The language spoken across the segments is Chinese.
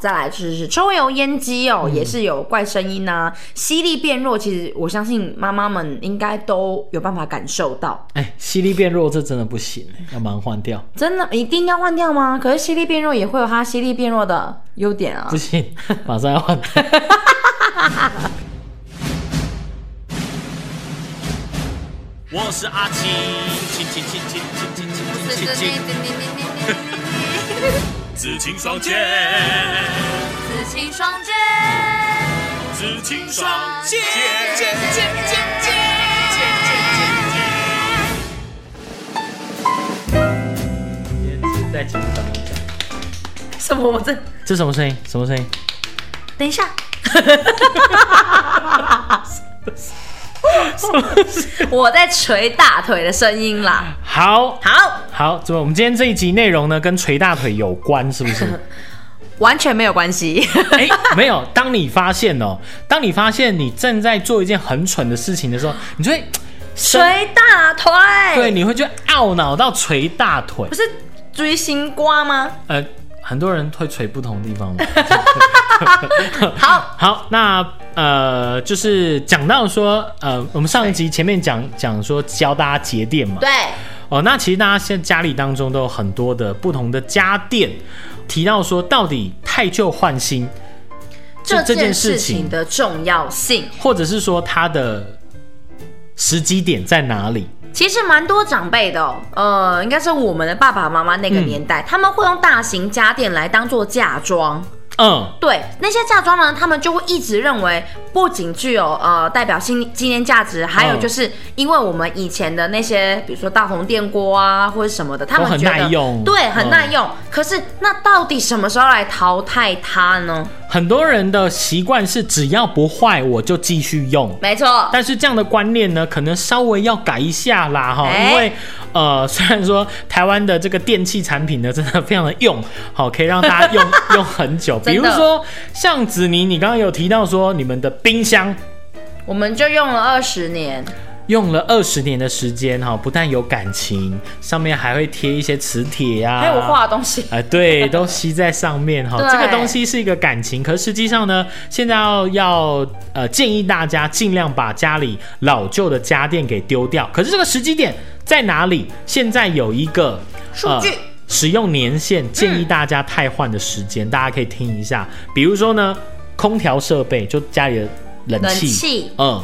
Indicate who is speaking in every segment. Speaker 1: 再来就是抽油烟机哦，也是有怪声音呐、吸力变弱。其实我相信妈妈们应该都有办法感受到，
Speaker 2: 哎，吸力变弱这真的不行，欸要马上换掉，
Speaker 1: 真的一定要换掉吗？可是吸力变弱也会有它吸力变弱的优点啊
Speaker 2: 不。行，马上要换掉。
Speaker 3: 我是阿青，青青青青青青青青青，紫青双剑，
Speaker 4: 紫青双剑，
Speaker 3: 紫青双剑。
Speaker 4: 剑剑剑剑剑剑剑。
Speaker 2: 今天是在节目当中讲，
Speaker 1: 什么？我这
Speaker 2: 这什么声音？什么声音？
Speaker 1: 等一下，我在捶大腿的声音啦。
Speaker 2: 好
Speaker 1: 好，
Speaker 2: 好，怎么？我们今天这一集内容呢，跟捶大腿有关，是不是？
Speaker 1: 完全没有关系。
Speaker 2: 哎、没有。当你发现哦，当你发现你正在做一件很蠢的事情的时候，你就会
Speaker 1: 捶
Speaker 2: 捶，
Speaker 1: 大腿，
Speaker 2: 对，你会就懊恼到捶大腿
Speaker 1: 不。是追星瓜吗？
Speaker 2: 呃，很多人会捶不同地方嘛。
Speaker 1: 好，
Speaker 2: 好，那呃，就是讲到说，呃，我们上一集前面讲讲说教大家节电嘛，
Speaker 1: 对，
Speaker 2: 哦，那其实大家现在家里当中都有很多的不同的家电，提到说到底太旧换新
Speaker 1: 这
Speaker 2: 这
Speaker 1: 件
Speaker 2: 件
Speaker 1: 事
Speaker 2: 事
Speaker 1: 情
Speaker 2: 情，
Speaker 1: 的重要性，
Speaker 2: 或者是说它的时机点在哪里？
Speaker 1: 其实蛮多长辈的、哦，呃，应该是我们的爸爸妈妈那个年代，他们会用大型家电来当做嫁妆。
Speaker 2: 嗯，
Speaker 1: 对那些嫁妆呢，他们就会一直认为不仅具有呃代表性纪念价值，还有
Speaker 2: 嗯
Speaker 1: 就是因为我们以前的那些，比如说大红电锅啊或者什么的，他们
Speaker 2: 哦很
Speaker 1: 觉得
Speaker 2: 耐用
Speaker 1: 对，很
Speaker 2: 嗯
Speaker 1: 耐用。可是那到底什么时候来淘汰它呢？
Speaker 2: 很多人的习惯是只要不坏我就继续用。
Speaker 1: 没错，
Speaker 2: 但是这样的观念呢，可能稍微要改一下啦，哈，
Speaker 1: 哎
Speaker 2: 因为呃，虽然说台湾的这个电器产品呢，真的非常的用，好，可以让大家用用 很久。比
Speaker 1: 真的
Speaker 2: 如说像子宁，你刚刚有提到说你们的冰箱
Speaker 1: 我们就用了二十年，
Speaker 2: 用了二十年的时间，哈，不但有感情，上面还会贴一些磁铁啊，
Speaker 1: 还有我画的东西。
Speaker 2: 啊、对，都吸在上面哈。
Speaker 1: 对
Speaker 2: 这个东西是一个感情，可是实际上呢，现在要要呃建议大家尽量把家里老旧的家电给丢掉。可是这个时机点在哪里？现在有一个呃
Speaker 1: 数据
Speaker 2: 使用年限，建议大家汰换的时
Speaker 1: 嗯
Speaker 2: 间，大家可以听一下。比如说呢，空调设备就家里的冷
Speaker 1: 冷
Speaker 2: 气，
Speaker 1: 气
Speaker 2: 嗯，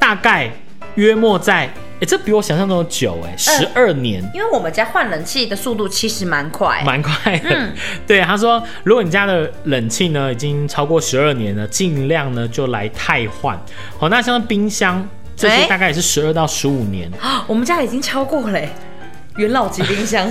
Speaker 2: 大概约莫在，哎，这比我想象中的久哎，
Speaker 1: 嗯
Speaker 2: 十二年。
Speaker 1: 因为我们家换冷气的速度其实蛮快，
Speaker 2: 蛮快的。
Speaker 1: 嗯
Speaker 2: 对，他说，如果你家的冷气呢已经超过十二年了，尽量呢就来汰换。好，那像冰箱这
Speaker 1: 哎
Speaker 2: 些大概也是十二到十五年。
Speaker 1: 啊我们家已经超过嘞，元老级冰 箱。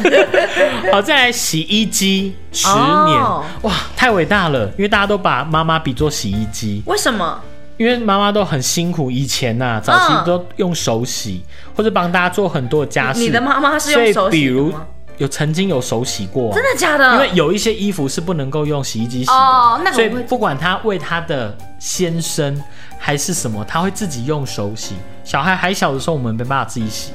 Speaker 2: 好，再来洗衣机十年，
Speaker 1: 哦
Speaker 2: 哇，太伟大了！因为大家都把妈妈比作洗衣机，
Speaker 1: 为什么？
Speaker 2: 因为妈妈都很辛苦。以前呐、早期都用手洗，或者帮大家做很多家
Speaker 1: 嗯
Speaker 2: 事。
Speaker 1: 你的妈妈是用手
Speaker 2: 所以比
Speaker 1: 洗的
Speaker 2: 如
Speaker 1: 吗？
Speaker 2: 有曾经有手洗过、啊，
Speaker 1: 真的假的？
Speaker 2: 因为有一些衣服是不能够用洗衣机洗的，
Speaker 1: 嗯哦那个我
Speaker 2: 所以
Speaker 1: 会
Speaker 2: 不管她为她的先生还是什么，她会自己用手洗。小孩还小的时候，我们没办法自己洗，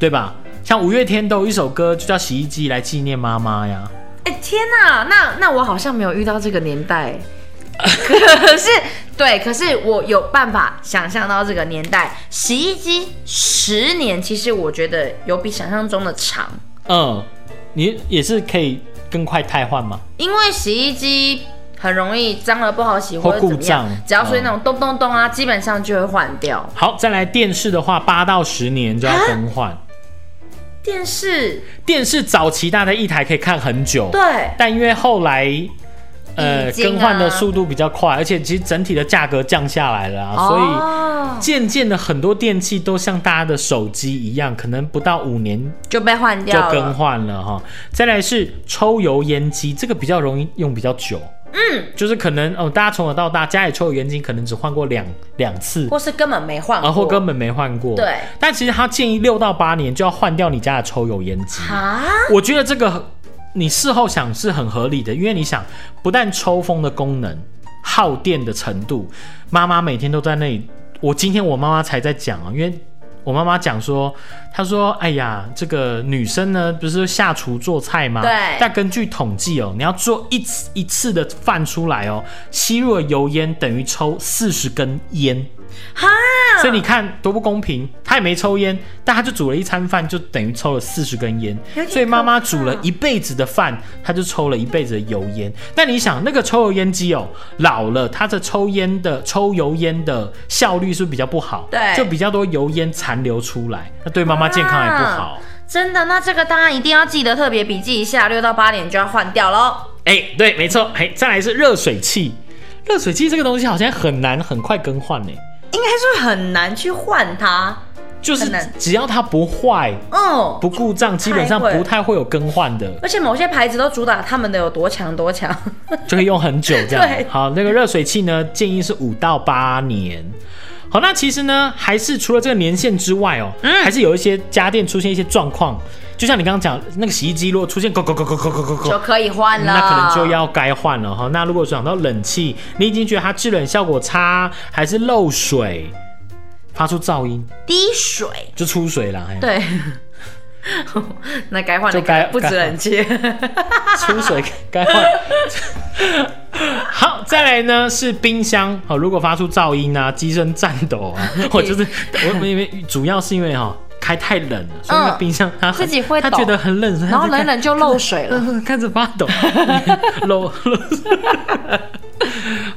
Speaker 2: 对吧？像五月天都有一首歌就叫《洗衣机》来纪念妈妈呀。
Speaker 1: 哎、天哪，那那我好像没有遇到这个年代。 可是，对，可是我有办法想象到这个年代，洗衣机十年，其实我觉得有比想象中的长，
Speaker 2: 嗯，你也是可以更快汰换嘛。
Speaker 1: 因为洗衣机很容易脏了不好洗
Speaker 2: 或
Speaker 1: 或者怎么样
Speaker 2: 故障，嗯
Speaker 1: 只要是那种咚咚咚啊，基本上就会换掉。
Speaker 2: 好，再来电视的话，八到十年就要更换。
Speaker 1: 啊电视，
Speaker 2: 电视早期大家一台可以看很久，
Speaker 1: 对，
Speaker 2: 但因为后来呃
Speaker 1: 已经啊
Speaker 2: 更换的速度比较快，而且其实整体的价格降下来了、啊，所以
Speaker 1: 哦、
Speaker 2: 渐渐的很多电器都像大家的手机一样，可能不到五年
Speaker 1: 就被换
Speaker 2: 就
Speaker 1: 掉
Speaker 2: 更
Speaker 1: 了。
Speaker 2: 换了哈。再来是抽油烟机，这个比较容易用比较久。嗯，就是可能哦，大家从小到大家里抽油烟机可能只换过两两次，
Speaker 1: 或是根本没换过，
Speaker 2: 啊，或根本没换过。
Speaker 1: 对
Speaker 2: 但其实他建议六到八年就要换掉你家的抽油烟机。
Speaker 1: 啊，
Speaker 2: 我觉得这个你事后想是很合理的，因为你想，不但抽风的功能、耗电的程度，妈妈每天都在那里。我今天我妈妈才在讲啊，因为。我妈妈讲说，她说，哎呀，这个女生呢，不是下厨做菜吗？
Speaker 1: 对
Speaker 2: 但根据统计哦，你要做一次一次的饭出来哦，吸入的油烟等于抽四十根烟。
Speaker 1: 哈，
Speaker 2: 所以你看多不公平，他也没抽烟，但他就煮了一餐饭，就等于抽了四十根烟
Speaker 1: 有点。
Speaker 2: 所以妈妈煮
Speaker 1: 可
Speaker 2: 了
Speaker 1: 怕
Speaker 2: 一辈子的饭，他就抽了一辈子的油烟。那你想，那个抽油烟机哦，老了，它的抽烟的抽油烟的效率是不是比较不好？
Speaker 1: 对
Speaker 2: 就比较多油烟残留出来，那对妈妈健康也不
Speaker 1: 啊
Speaker 2: 好。
Speaker 1: 真的，那这个大家一定要记得特别笔记一下，六到八点就要换掉喽。
Speaker 2: 哎、对，没错。哎、再来是热水器，热水器这个东西好像很难很快更换呢、
Speaker 1: 应该说很难去换它，
Speaker 2: 就是
Speaker 1: 很难
Speaker 2: 只要它不坏。
Speaker 1: 嗯，
Speaker 2: 不故障基本上
Speaker 1: 不太会
Speaker 2: 不太会有更换的，
Speaker 1: 而且某些牌子都主打他们的有多强多强。
Speaker 2: 就可以用很久这样
Speaker 1: 对。
Speaker 2: 好，那个热水器呢，建议是五到八年。好，那其实呢，还是除了这个年限之外哦，
Speaker 1: 嗯
Speaker 2: 还是有一些家电出现一些状况，就像你刚刚讲那个洗衣机，如果出现咯咯咯咯咯咯咯
Speaker 1: 就
Speaker 2: 咯。
Speaker 1: 可以换了，
Speaker 2: 嗯那可能就要该换了哈。那如果讲到冷气，你已经觉得它制冷效果差，还是漏水，发出噪音
Speaker 1: 滴水。
Speaker 2: 就出水了，哎
Speaker 1: 对， 那该换的
Speaker 2: 就该
Speaker 1: 不止冷气，
Speaker 2: 出水该换。 好，再来呢是冰箱，好，如果发出噪音啊、机身颤抖 啊，我就是我，因为主要是因为哈、开太冷了，所以那
Speaker 1: 嗯
Speaker 2: 冰箱它很
Speaker 1: 自己会
Speaker 2: 它
Speaker 1: 抖
Speaker 2: 觉得很冷，所以 它
Speaker 1: 然后
Speaker 2: 就开
Speaker 1: 冷冷就漏水 了。
Speaker 2: 嗯开始发抖， 漏漏。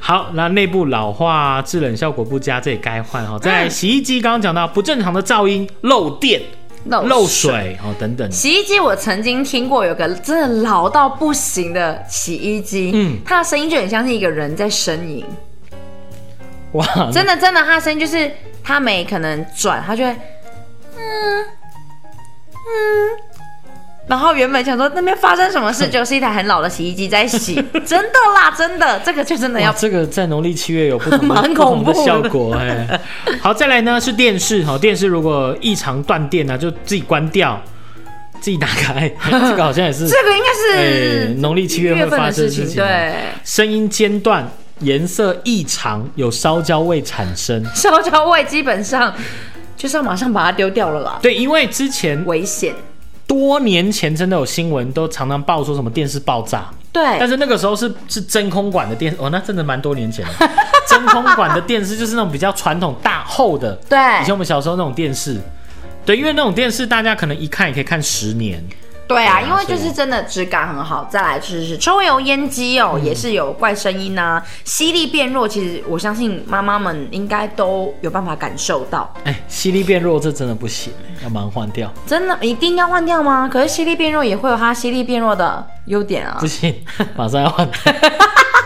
Speaker 2: 好，那内部老化、制冷效果不佳，这也该换
Speaker 1: 嗯
Speaker 2: 哈。再来，洗衣机刚刚讲到不正常的噪音、漏电、
Speaker 1: 漏
Speaker 2: 漏水哦等等，
Speaker 1: 洗衣机我曾经听过有个真的老到不行的洗衣机，
Speaker 2: 嗯
Speaker 1: 它的声音就很像是一个人在呻吟，
Speaker 2: 哇，
Speaker 1: 真的真的，它的声音就是它每可能转，它就会，嗯嗯，然后原本想说那边发生什么 事，就是一台很老的洗衣机在洗，真的啦，真的，这个就真的
Speaker 2: 哇，
Speaker 1: 要
Speaker 2: 这个在农历七月有不 同
Speaker 1: 蛮
Speaker 2: 的不同
Speaker 1: 恐怖
Speaker 2: 的
Speaker 1: 的
Speaker 2: 效果哎。 好，再来呢是电视哈，电视如果异常断电呢、啊，就自己关掉，自己打 开。这个好像也是
Speaker 1: 这个应该是
Speaker 2: 哎农历七月会
Speaker 1: 月份
Speaker 2: 发
Speaker 1: 的
Speaker 2: 生的
Speaker 1: 事
Speaker 2: 事
Speaker 1: 情，
Speaker 2: 情啊
Speaker 1: 对，
Speaker 2: 声音间断。颜色异常，有烧焦味产生。
Speaker 1: 烧焦味基本上就是要马上把它丢掉了啦，
Speaker 2: 对，因为之前
Speaker 1: 危险，
Speaker 2: 多年前真的有新闻，都常常报说什么电视爆炸，
Speaker 1: 对
Speaker 2: 但，是那个时候是是真空管的电，哦，那真的蛮多年前 的。真空管的电视就是那种比较传统大厚的，
Speaker 1: 对
Speaker 2: 以前我们小时候那种电视，对，因为那种电视大家可能一看也可以看十年，
Speaker 1: 对啊，
Speaker 2: 对啊
Speaker 1: 因为就
Speaker 2: 所
Speaker 1: 是
Speaker 2: 以
Speaker 1: 真的质感很好。再来就是抽油烟机哦，也是有怪声音呐、吸力变弱。其实我相信妈妈们应该都有办法感受到，
Speaker 2: 哎，吸力变弱这真的不行，要马上换掉，
Speaker 1: 真的一定要换掉吗？可是吸力变弱也会有它吸力变弱的优点啊
Speaker 2: 不。行，马上要换掉。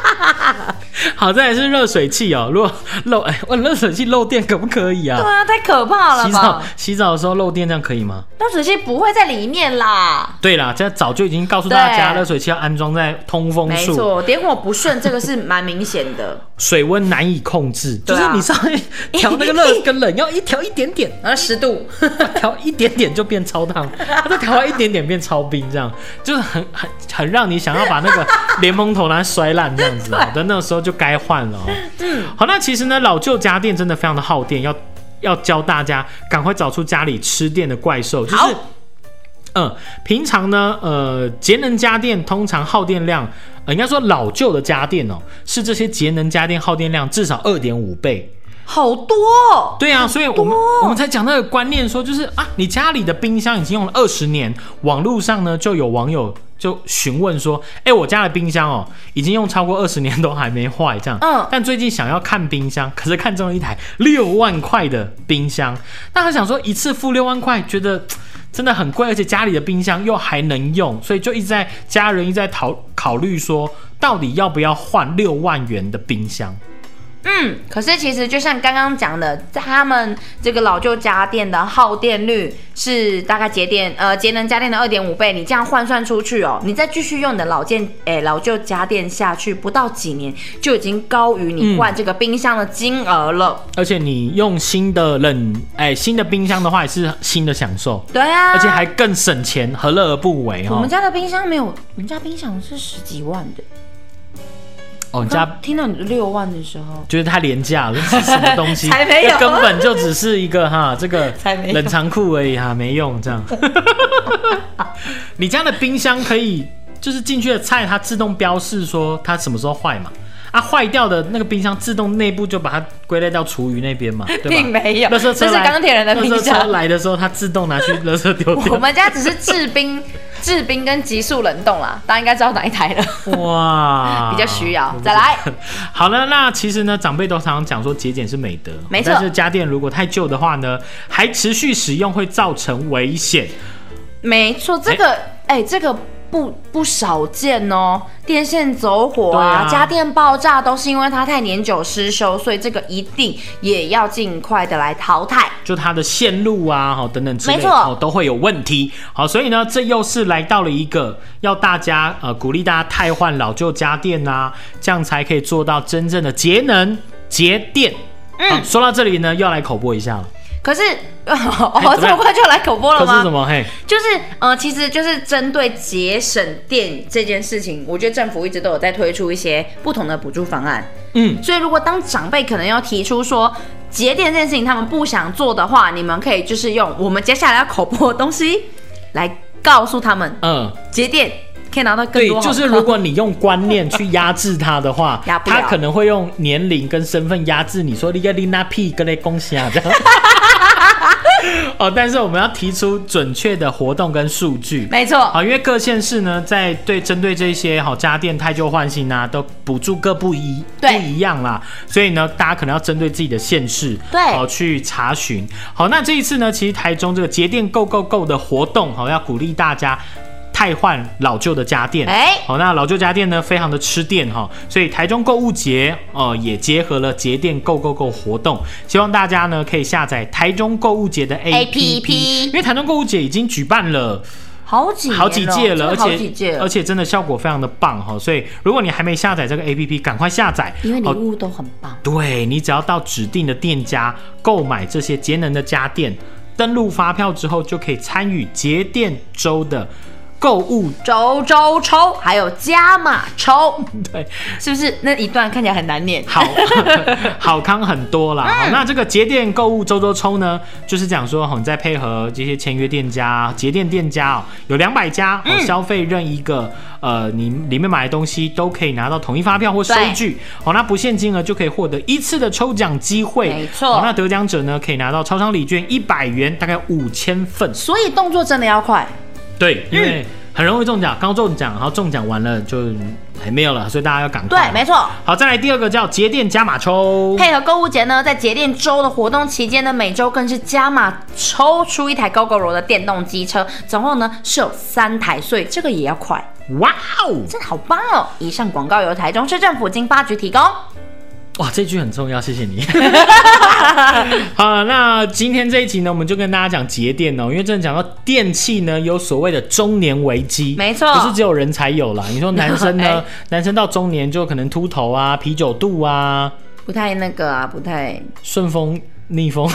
Speaker 2: 好，再来是热水器哦，如果漏哎，我热水器漏电可不可以
Speaker 1: 对
Speaker 2: 啊？
Speaker 1: 啊，太可怕了
Speaker 2: 洗澡
Speaker 1: 吧！
Speaker 2: 洗澡的时候漏电这样可以吗？
Speaker 1: 热水器不会在里面啦，
Speaker 2: 对啦，这早就已经告诉大家，
Speaker 1: 对
Speaker 2: 热水器要安装在通风
Speaker 1: 没
Speaker 2: 处，
Speaker 1: 错，点火不顺这个是蛮明显的，
Speaker 2: 水温难以控制，就
Speaker 1: 对
Speaker 2: 是
Speaker 1: 啊
Speaker 2: 你稍微 调那个热跟冷要一调一点点，
Speaker 1: 然后十度，
Speaker 2: 调一点点就变超烫，再调完一点点变超冰，这样就是很很很让你想要把那个莲蓬头拿来摔烂这样子哦。但那时候就该换了哦。嗯，好，那其实呢，老旧家电真的非常的耗电，要要教大家赶快找出家里吃电的怪兽，就是
Speaker 1: 好。
Speaker 2: 嗯，平常呢，呃，节能家电通常耗电量，呃，应该说老旧的家电哦，是这些节能家电耗电量至少二点五倍。
Speaker 1: 好多、哦。
Speaker 2: 对啊，所以我们我们才讲那个观念说，就是啊，你家里的冰箱已经用了二十年，网络上呢就有网友就询问说，哎、我家的冰箱哦，已经用超过二十年都还没坏，这样。
Speaker 1: 嗯
Speaker 2: 但最近想要看冰箱，可是看中了一台六万块的冰箱，那他想说一次付六万块，觉得。嘖真的很贵，而且家里的冰箱又还能用，所以就一直在家人一直在讨考虑说，到底要不要换六万元的冰箱？
Speaker 1: 嗯，可是其实就像刚刚讲的，他们这个老旧家电的耗电率是大概节电呃节能家电的二点五倍，你这样换算出去哦，你再继续用你的老件诶老旧家电下去，不到几年就已经高于你
Speaker 2: 嗯
Speaker 1: 换这个冰箱的金额了。
Speaker 2: 而且你用新的冷，哎、新的冰箱的话也是新的享受，
Speaker 1: 对啊，
Speaker 2: 而且还更省钱，何乐而不为
Speaker 1: 我
Speaker 2: 哈
Speaker 1: 们？家的冰箱没有，我们家冰箱是十几万的，
Speaker 2: 哦，你家
Speaker 1: 刚听到你六万的时候，
Speaker 2: 觉得太廉价了，这是什么东 西？
Speaker 1: 才没有
Speaker 2: 这根本就只是一个哈，这个
Speaker 1: 才没有
Speaker 2: 冷藏库而已哈，没用 这样。你家的冰箱可以，就是进去的菜它自动标示说它什么时候坏嘛？啊，坏掉的那个冰箱自动内部就把它归类到厨余那边嘛，对 吧？
Speaker 1: 并没有
Speaker 2: 垃圾车
Speaker 1: 这是
Speaker 2: 来
Speaker 1: 钢铁人的冰箱
Speaker 2: 垃圾车来的时候，它自动拿去垃圾丢掉。
Speaker 1: 我们家只是制冰、制冰跟急速冷冻啦，大家应该知道哪一台了。
Speaker 2: 哇，
Speaker 1: 比较需要
Speaker 2: 我不知
Speaker 1: 再来
Speaker 2: 道。 好了，那其实呢，长辈都常常讲说节俭是美德，
Speaker 1: 没错
Speaker 2: 但是家电如果太旧的话呢，还持续使用会造成危险。
Speaker 1: 没错，这个哎、这个不不少见哦，电线走火
Speaker 2: 对啊
Speaker 1: 家电爆炸都是因为它太年久失修，所以这个一定也要尽快的来淘汰。
Speaker 2: 就它的线路啊，好等等之类，
Speaker 1: 没错
Speaker 2: 哦，都会有问题。好，所以呢，这又是来到了一个要大家呃鼓励大家汰换老旧家电啊，这样才可以做到真正的节能节电。嗯，说到这里呢，又要来口播一下了。
Speaker 1: 可是，
Speaker 2: 么
Speaker 1: 哦
Speaker 2: 样，
Speaker 1: 这么快就要来口播了
Speaker 2: 可是
Speaker 1: 吗
Speaker 2: 什？么？嘿，
Speaker 1: 就是呃，其实就是针对节省电这件事情，我觉得政府一直都有在推出一些不同的补助方案。
Speaker 2: 嗯，
Speaker 1: 所以如果当长辈可能要提出说节电这件事情他们不想做的话，你们可以就是用我们接下来要口播的东西来告诉他们
Speaker 2: 嗯。
Speaker 1: 节电可以拿到更
Speaker 2: 对
Speaker 1: 多好，处。
Speaker 2: 就是如果你用观念去压制他的话
Speaker 1: 压，不了
Speaker 2: 他可能会用年龄跟身份压制你说你个琳娜屁跟嘞恭喜 啊这样。哦，但是我们要提出准确的活动跟数据。
Speaker 1: 没错，
Speaker 2: 好，因为各县市呢，在对针对这些好家电太旧换新啊，都补助各不一不
Speaker 1: 对
Speaker 2: 一样啦，所以呢，大家可能要针对自己的县市，
Speaker 1: 对
Speaker 2: 好去查询。好，那这一次呢，其实台中这个节电购购购的活动，好要鼓励大家。汰换老旧的家电，
Speaker 1: 哎
Speaker 2: 好，那老旧家电呢，非常的吃电哈、所以台中购物节哦、呃也结合了节电购购购活动，希望大家呢可以下载台中购物节的 APP，
Speaker 1: APP
Speaker 2: 因为台中购物节已经举办了
Speaker 1: 好几年
Speaker 2: 好几届
Speaker 1: 了，
Speaker 2: 了，而
Speaker 1: 哦真的好
Speaker 2: 且
Speaker 1: 几届
Speaker 2: 而
Speaker 1: 了，
Speaker 2: 且真的效果非常的棒哈、所以如果你还没下载这个 APP，赶快下载，
Speaker 1: 因为礼
Speaker 2: 哦
Speaker 1: 物都很棒。
Speaker 2: 对你只要到指定的店家购买这些节能的家电，登录发票之后就可以参与节电周的购物。
Speaker 1: 周周抽，还有加码抽，
Speaker 2: 对，
Speaker 1: 是不是那一段看起来很难念？
Speaker 2: 好 好康很多
Speaker 1: 嗯
Speaker 2: 啦。好，那这个节电购物周周抽呢，就是讲说，哦，你再配合这些签约店家、节电店家哦，有两百家，哦，
Speaker 1: 嗯
Speaker 2: 消费任一个呃，你里面买的东西都可以拿到统一发票或收据。好，那不限金额就可以获得一次的抽奖机会。哦
Speaker 1: 没错
Speaker 2: 好那得奖者呢，可以拿到超商礼券一百元，大概五千份。
Speaker 1: 所以动作真的要快，
Speaker 2: 对，
Speaker 1: 嗯
Speaker 2: 因为很容易中奖，刚中奖，然后中奖完了就哎没有了，所以大家要赶快。
Speaker 1: 对，没。错。
Speaker 2: 好，再来第二个叫节电加码抽。
Speaker 1: 配合购物节呢，在节电周的活动期间呢，每周更是加码抽出一台 GoGo 罗的电动机车，总共呢是有三台，所以这个也要快，
Speaker 2: 哇哦！
Speaker 1: 真的好棒哦！以上广告由台中市政府经发局提供。
Speaker 2: 哇，这句很重要，谢 谢你。好了，那今天这一集呢，我们就跟大家讲节电哦，因为真的讲到电器呢，有所谓的中年危机，
Speaker 1: 没错
Speaker 2: 不是只有人才有啦。你说男生呢
Speaker 1: 哎，
Speaker 2: 男生到中年就可能秃头啊、啤酒肚啊、
Speaker 1: 不太那个啊，不 太
Speaker 2: 顺风逆风。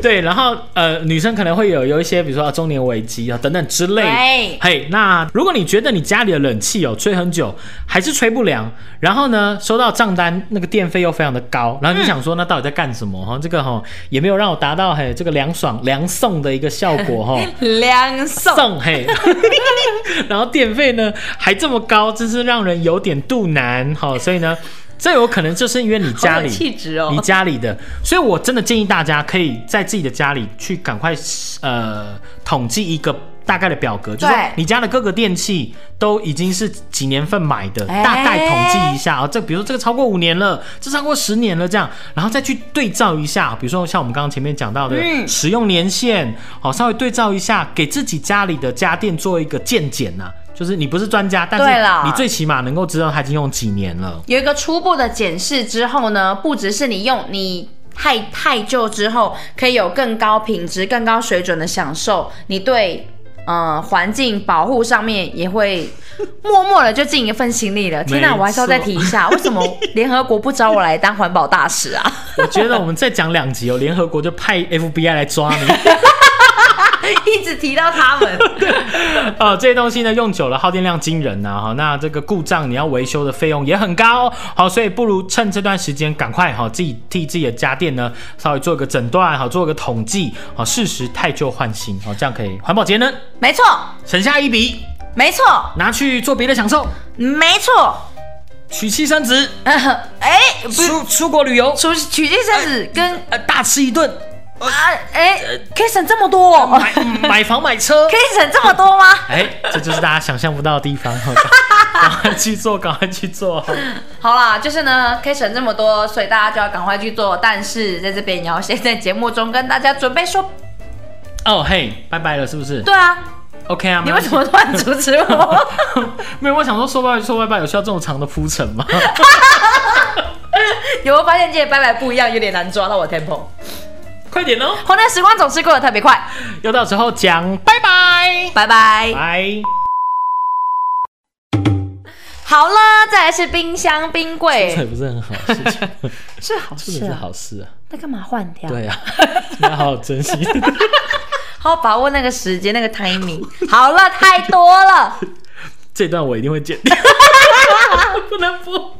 Speaker 2: 对，然后呃，女生可能会有有一些，比如说啊中年危机啊等等之类
Speaker 1: 对。
Speaker 2: 嘿，那如果你觉得你家里的冷气哦吹很久还是吹不凉，然后呢收到账单那个电费又非常的高，然后你想说、那到底在干什么哈、这个哈、也没有让我达到嘿这个凉爽凉送的一个效果哈、
Speaker 1: 凉送
Speaker 2: 送嘿， 然后电费呢还这么高，真是让人有点肚腩哈、所以呢，这有可能就是因为你家
Speaker 1: 好
Speaker 2: 里
Speaker 1: 有气质哦
Speaker 2: 你家里的，所以我真的建议大家可以在自己的家里去赶快呃统计一个。大概的表格，就是说
Speaker 1: 对
Speaker 2: 你家的各个电器都已经是几年份买的，
Speaker 1: 哎
Speaker 2: 大概统计一下啊。这比如说这个超过五年了，这超过十年了，这样，然后再去对照一下，哦比如说像我们刚刚前面讲到的
Speaker 1: 嗯
Speaker 2: 使用年限，好、稍微对照一下，给自己家里的家电做一个鉴检呐、就是你不是专家，但
Speaker 1: 对啦
Speaker 2: 是你最起码能够知道它已经用几年了。
Speaker 1: 有一个初步的检视之后呢，不只是你用你。太太旧之后，可以有更高品质、更高水准的享受。你对呃环境保护上面也会默默的就尽一份心力了。天哪，
Speaker 2: 没
Speaker 1: 我还是要再提一下，为什么联合国不找我来当环保 大使啊？
Speaker 2: 我觉得我们再讲两集哦，联合国就派 FBI 来抓你。
Speaker 1: 一直提到他们，
Speaker 2: 哦，这些东西呢用久了耗电量惊人呐、啊哈，那这个故障你要维修的费用也很高，哦好，所以不如趁这段时间赶快哈，自己替自己的家电呢稍微做个诊断，好，做个统计，好，适时汰旧换新，好，这样可以环保节能，
Speaker 1: 没错，
Speaker 2: 省下一笔，
Speaker 1: 没错，
Speaker 2: 拿去做别的享受，
Speaker 1: 没错。
Speaker 2: 娶妻生子，
Speaker 1: 呃哎、不是
Speaker 2: 出出国旅游，
Speaker 1: 除取缔生子跟
Speaker 2: 呃，大吃一顿，
Speaker 1: 啊哎、可以省这么多、哦，
Speaker 2: 买买房买车
Speaker 1: 可，以省这么多吗？
Speaker 2: 哎，这就是大家想象不到的地方，好赶赶快去做，赶快去做。
Speaker 1: 好啦，就是呢，可以省这么多，所以大家就要赶快去做。但是在这边也要先在节目中跟大家准备说，
Speaker 2: 哦嘿，拜拜了，是不是
Speaker 1: 对啊，
Speaker 2: ？OK 啊，
Speaker 1: 你
Speaker 2: 没有
Speaker 1: 为什么突然阻止 我？
Speaker 2: 没有，我想说说拜拜说拜拜，有需要这种长的铺陈 吗？
Speaker 1: 有没有发现今天拜拜不一样，有点难抓到我 tempo？
Speaker 2: 快点哦，
Speaker 1: 红灯时光总是过得特别快，
Speaker 2: 又到时候讲拜拜，哎
Speaker 1: 拜拜。
Speaker 2: 拜。
Speaker 1: 好了，再来是冰箱、冰
Speaker 2: 这也
Speaker 1: 柜，
Speaker 2: 不是很好的事情，
Speaker 1: 是 好
Speaker 2: 不
Speaker 1: 事
Speaker 2: 是
Speaker 1: 啊。
Speaker 2: 好事啊。
Speaker 1: 那干嘛换掉？
Speaker 2: 对啊， 你要好好珍惜。
Speaker 1: 好好把握那个时间，那个 timing。好了，太多了。
Speaker 2: 这段我一定会剪掉，不能播。